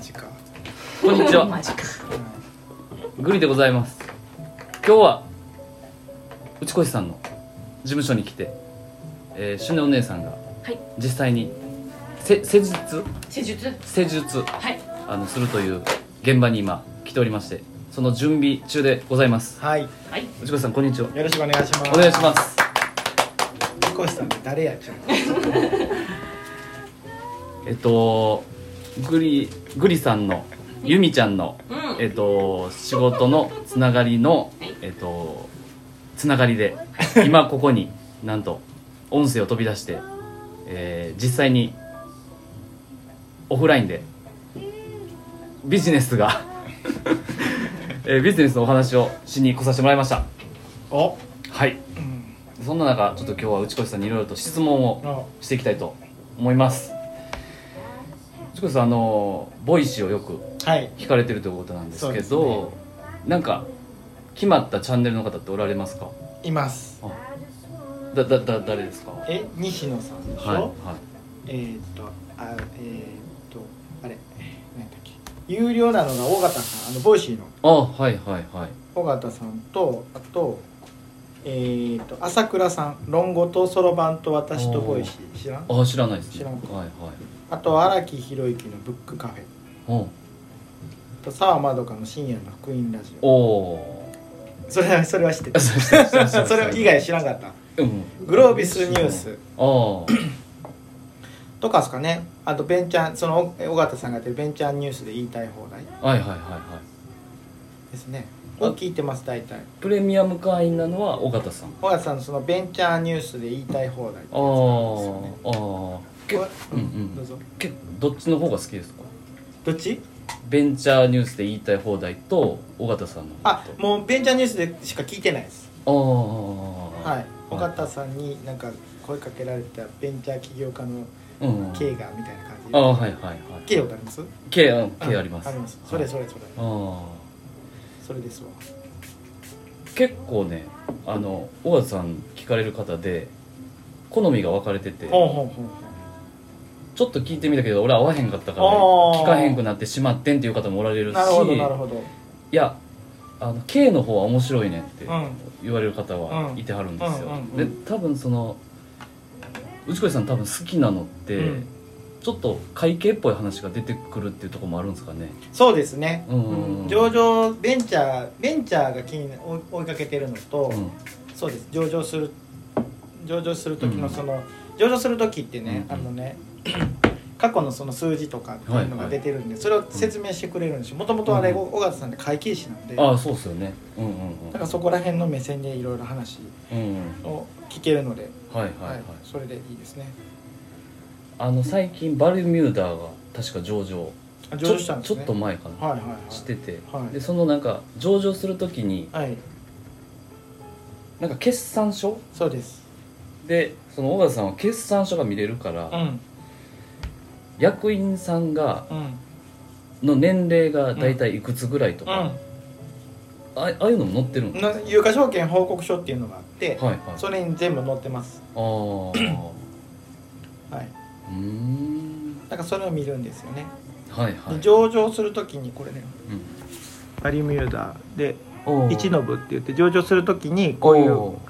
ジか、こんにちはマジかうグリでございます今日は内越さんの事務所に来て、えー、シュネお姉さんがはい実際にせ施術施術施術はいあのするという現場に今来ておりましてその準備中でございますんはいはい内越さんこんにちはよろしくお願いしますお願いしますすコシさんって誰やっちゃうえっとグリグリさんのユミちゃんのうんえっと仕事のつながりのはいえっとつながりで今ここになんと音声を飛び出して、えー実際にオフラインでビジネスが えービジネスのお話をしに来させてもらいましたお、はいうん、そんな中ちょっと今日は内越さんにいろいろと質問をあしていきたいと思います内越さんあのボイシーをよくはい聞かれてるということなんですけそうどなんか決まったチャンネルの方っておられますかいますだだだ誰ですかえ西野さんでしょ、はい、はい、えーっとあえーっとあれ何だっけ有料なのが尾形さんあのボイシーのあはいはいはい尾形さんとあとえーっと朝倉さん「論語とそろばんと私とボイシー」知らんあ知らないですね知らんはいはいあと荒木宏之の「ブックカフェ」おうあと澤まどかの深夜の福音ラジオ おそれはそれは知ってーた そうそうそうそうそれ以外知らんかったうんグロービスニュースあーとかですかねあとベンチャーその尾形さんがやってるベンチャーニュースで言いたい放題はいはいはいはいですねを聞いてます大体プレミアム会員なのは尾形さん尾形さんのそのベンチャーニュースで言いたい放題ってやつああなんですよねあーけこうんうんどうぞけどっちの方が好きですかどっちベンチャーニュースで言いたい放題と尾形さんの方あもうベンチャーニュースでしか聞いてないですとああはい尾形さんになんか声かけられたベンチャー起業家のうん、経がみたいな感じでああはいはいはい経をあります K, うん K ありますありますそれそれそれああそれですわ結構ねあの尾形さん聞かれる方で好みが分かれててちほょんほんほんほんっと聞いてみたけど俺合わへんかったから、ああ聞かへんくなってしまってんっていう方もおられるしなるほどなるほどいやあの K の方は面白いねってうん言われる方はうんいてはるんですよ、うんうんうんで多分その内越さん多分好きなのって、うんちょっと会計っぽい話が出てくるっていうところもあるんですかねそうですね、うんうんうん上場ベンチャーベンチャーが気にな追い追いかけてるのと、うんそうです上場する上場する時うのんその、上場する時ってね、うんうんあのね 過去のその数字とかっていうのが出てるんで、それを説明してくれるんですよもともとあれうん尾形さんって会計士なんで、あだあそうっすよねうんうんうんからそこら辺の目線でいろいろ話うんうんを聞けるので、はいはいははいい、それでいいですねあの最近バルミューダーが確か上場あ上場したんですちょねちょっと前かな、はいはいはしてて、はいでそのなんか上場するときにいはいなんか決算書そうですでその小川さんは決算書が見れるから、うん役員さんがうんの年齢が大体いくつぐらいとか、あああいうのも載ってるんうでんすか、な有価証券報告書っていうのがあって、はいはいそれに全部載ってますああはい、うーんだからそれを見るんですよね、はいはい、で上場するときにこれねうんバリミューダーでおー一ノブって言って上場するときにこういうお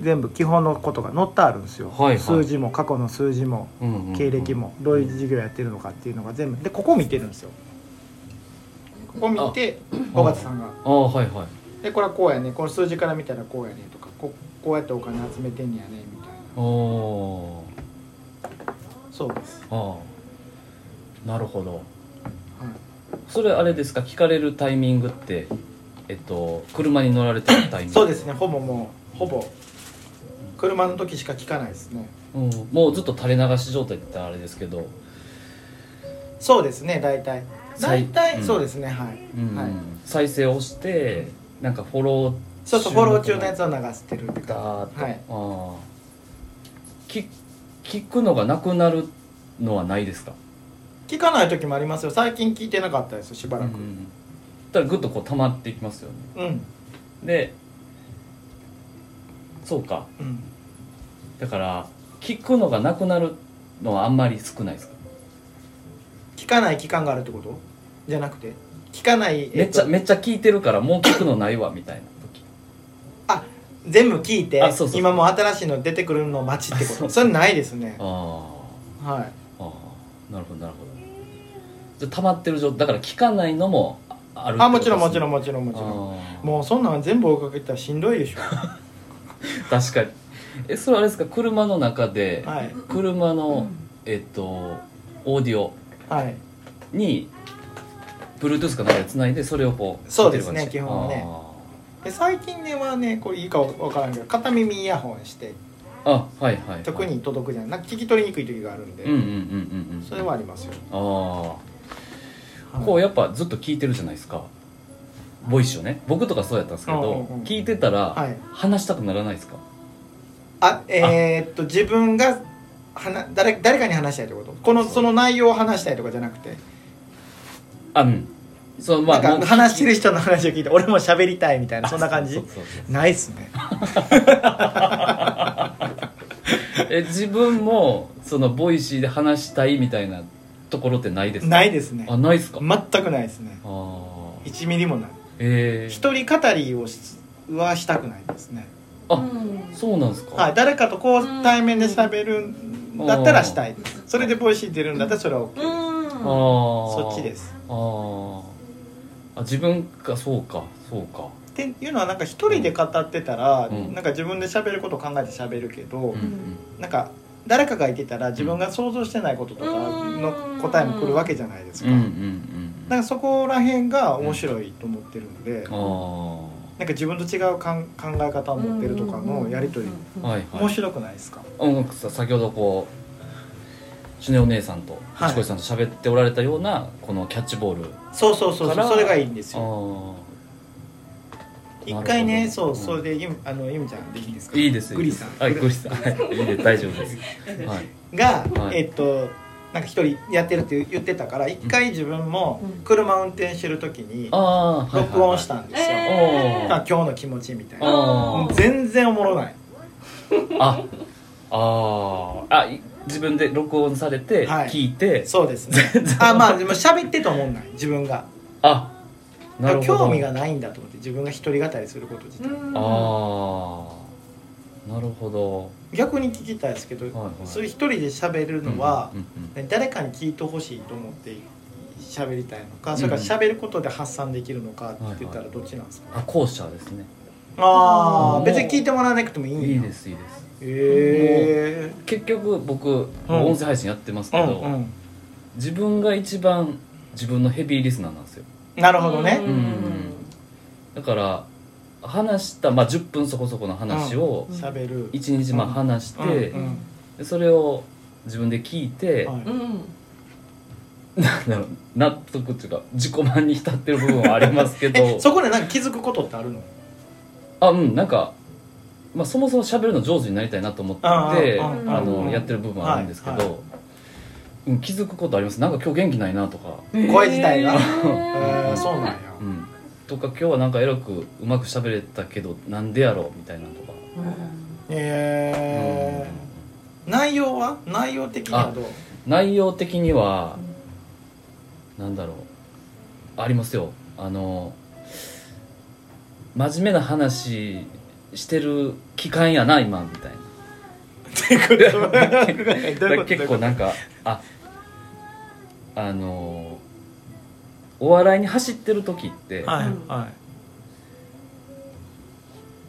全部基本のことが載ってあるんですよ、はいはい数字も過去の数字もーうんうんうん経歴もどういう事業やってるのかっていうのが全部でここ見てるんですよここ見てあ尾形さんがああはいはいでこれはこうやねこの数字から見たらこうやねとかここうやってお金集めてんやねみたいおおーなそうです、ああなるほどはい、それあれですか聞かれるタイミングってえっと車に乗られてるタイミングそうですねほぼもうほぼ車の時しか聞かないですねうん、もうずっと垂れ流し状態って言ったらあれですけどそうですね大体最大体、うんそうですねはい、うんはい、再生をしてなんかフォローそうそうフォロー中のやつを流してるってだかーっと、はいああ聞聞くのがなくなるのはないですか聞かない時もありますよ最近聞いてなかったですよしばらくううん、んたらぐっとこう溜まっていきますよねうんでそうかだから聞くのがなくなるのはあんまり少ないですか聞かない期間があるってことじゃなくて聞かない、めえっっちゃとめっちゃ聞いてるからもう聞くのないわみたいな時あ全部聞いてあそうそうそう今もう新しいの出てくるのを待ちってこあそうとそれないですねあはいーあーなるほどなるほどじゃあ溜まってる状態だから聞かないのもあるあもちろんもちろんんもちろんもちろんももうそんなん全部追いかけたらしんどいでしょ う確かにえそれあれですか車の中で、はい車のえっとオーディオはいに Bluetooth かなんかでつないでそれをこうそうですね聞いてる基本は感じねで最近ではねこれいいかわからんけど片耳イヤホンしてあーあはいはい、はい、特に届くじゃんなんか聞き取りにくい時があるんで、うんうんうんうんうんそれはありますよ、ああはいこうやっぱずっと聞いてるじゃないですかボイスをね僕とかそうやったんですけど、うんうんうん聞いてたらはい話したくならないですか、あえーっと自分がはな誰誰かに話したいってことこのその内容を話したいとかじゃなくて、あうんそうまあなんもうか話してる人の話を聞いて俺も喋りたいみたいなあそんな感じそうそうそうないっすねそうえ自分もそのボイシーで話したいみたいなところってないですかないですねあないですか、全くないですねああ1ミリもないえー、一人語りをしはしたくないですねあうんそうなんですか、はい誰かとこう対面で喋るんだったらしたいですそれでボイシー出るんだったらそれは OK ですああうんそそっちですあーあ自分かそうかそうかっていうのはなんか一人で語ってたら、うんなんか自分で喋ることを考えて喋るけど、うんうんなんか誰かがいてたら自分が想像してないこととかの答えも来るわけじゃないですうんか、うんうんなんかそこら辺が面白いと思ってるんで、ああなんか自分と違うかん考え方を持ってるとかのやり取り、はいはい、面白くないですか、うんさ先ほどこうシュネお姉さんとはいチコイさんと喋っておられたようなこのキャッチボールそうそうそうかそうらそれがいいんですよあ一回ねなるほそどうそれでゆみあのゆみちゃんでいいんですかーいいですグリさんはいグリさんはいいいです大丈夫ですはいが、はいえっとなんか一人やってるって言ってたから一回自分もうん車運転してる時にああーはいはいはい録音したんですよ、おえーあ今日の気持ちみたいなあー全然おもろないああーあい自分で録音されてはい聞いて、そうですねあまあでも喋ってと思んない自分があなるほど興味がないんだと思って自分が一人語りすること自体、ああなるほど、逆に聞きたいですけど、はいはいそれ一人で喋るのはう、んうん誰かに聞いてほしいと思って喋りたいのか、それから喋ることで発散できるのかって言ったらどっちなんですか、あ後者ですねあうんあ別に聞いてもらわなくてもいいんだいいですいいですへえ結局僕、うん音声配信やってますけど、うんうん自分が一番自分のヘビーリスナーなんですよなるほどね、だから話した、まあ、10分そこそこの話をうん喋る1日まあうん話して、うんうんでそれを自分で聞いて、はいなんだろう納得っていうか自己満に浸ってる部分はありますけど えそこでなんか気づくことってあるのあうんなんか、まあ、そもそも喋るの上手になりたいなと思ってあてあああのうんやってる部分はあるんですけど、はいはうん、気づくことありますなんか今日元気ないなとか声自体がええー、ーそうなんや、うん、とか今日はなんかエロくうまく喋れたけどなんでやろうみたいなのとか、えー、内容は内容的にはどううん内容的にはなんだろうありますよあの真面目な話してる期間やな今みたいなだから結構なんかああのお笑いに走ってる時ってはいうんは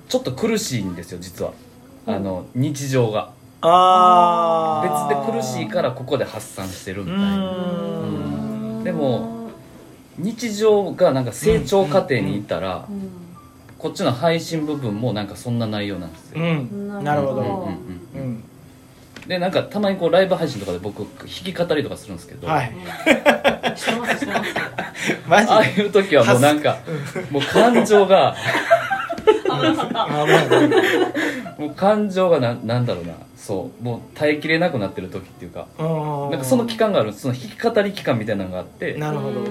ちょっと苦しいんですよ実はあの日常がいあ別ーで苦しいからここで発散してるうみたいなーんでも日常がなんか成長過程にいたら、こっちの配信部分もなんかそんな内容なんですうよ、んなるほうんうんどううんんでなんかたまにこうライブ配信とかで僕弾き語りとかするんですけど、はい マジああでいう時はもうなんかもう感情があまあまもう感情がななんだろうなそうもう耐えきれなくなってる時っていうかあうなんかその期間があるその弾き語り期間みたいなのがあってなるほどん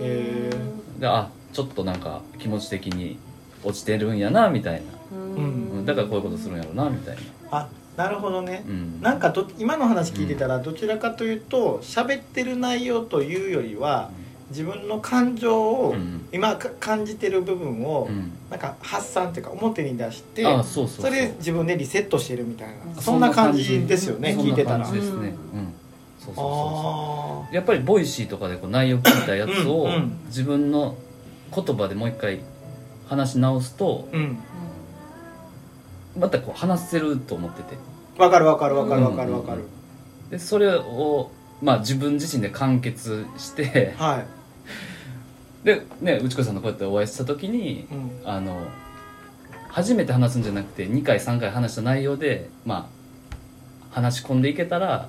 えーであちょっとなんか気持ち的に落ちてるんやなみたいなうんだからこういうことするんやろうなみたいな、あなるほどねうん、なんかど今の話聞いてたらどちらかというと喋ってる内容というよりは自分の感情を、うん今か感じてる部分を、うんなんか発散っていうか表に出してあそうそうそれで自分でリセットしてるみたいなそんな感じですよねそん聞いてたならあ感じですねうんそうそうそうそあうやっぱりボイシーとかでこう内容聞いたやつをうんうん自分の言葉でもう一回話し直すとーうんまたこう話せると思っててわかるわかるわかるわかるわかうんるうんでそれをまあ自分自身で完結 してはいでね内子さんのこうやってお会いした時にうんあの初めて話すんじゃなくて2回3回話した内容でまあ話し込んでいけたら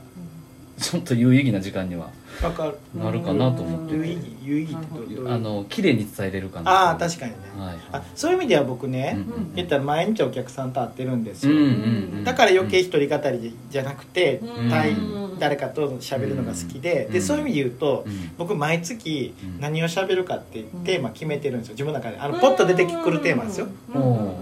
ちょっと有意義な時間にはわかるなるかなと思って有て意義有意義ってどうどういうあの綺麗に伝えれるかなあー確かにねに、はいあそういう意味では僕ね、うんうん言ったら毎日お客さんと会ってるんですうんよ、うんうんだから余計一人語りじじゃなくて、ん対うん誰かと喋るのが好きで,、うんでそういう意味で言うと、うん僕毎月うん何を喋るかってテーマ決めてるんですよ自分の中でああののポポッッとと出出ててくくるるテーテーママでですすよよ。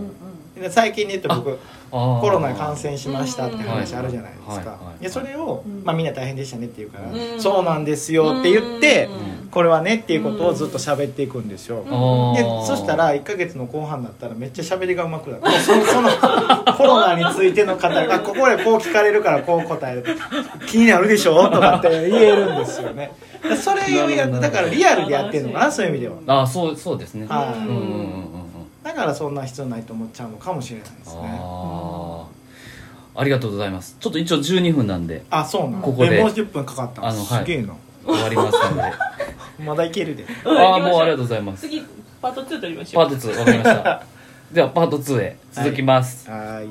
で最近で言うと僕あーコロナに感染しましたって話あるじゃないですはいはいかはいでそれを、うんまあ、みんな大変でしたねって言うから、うんそうなんですよっってて言言っってて、うんこれはねっていうことをずっと喋っていくんですよ、あでーそしたら1か月の後半だったらめっちゃ喋りがうまく なってもうそのそのコロナについての方がここでこう聞かれるからこう答える気になるでしょとかって言えるんですよねそれをやなるほどだからリアルでやってるのかなそういう意味ではあーそうそうですねはいうんうんうんうんだからそんな必要ないと思っちゃうのかもしれないですねああありがとうございますちょっと一応12分なんであそうなのここでえもう10分かかったのあのはいすげえな、終わります のであまだいけるであもうありがとうございます次パート2取りましパょ うート2わかりましたではパート2へ続きます、はーい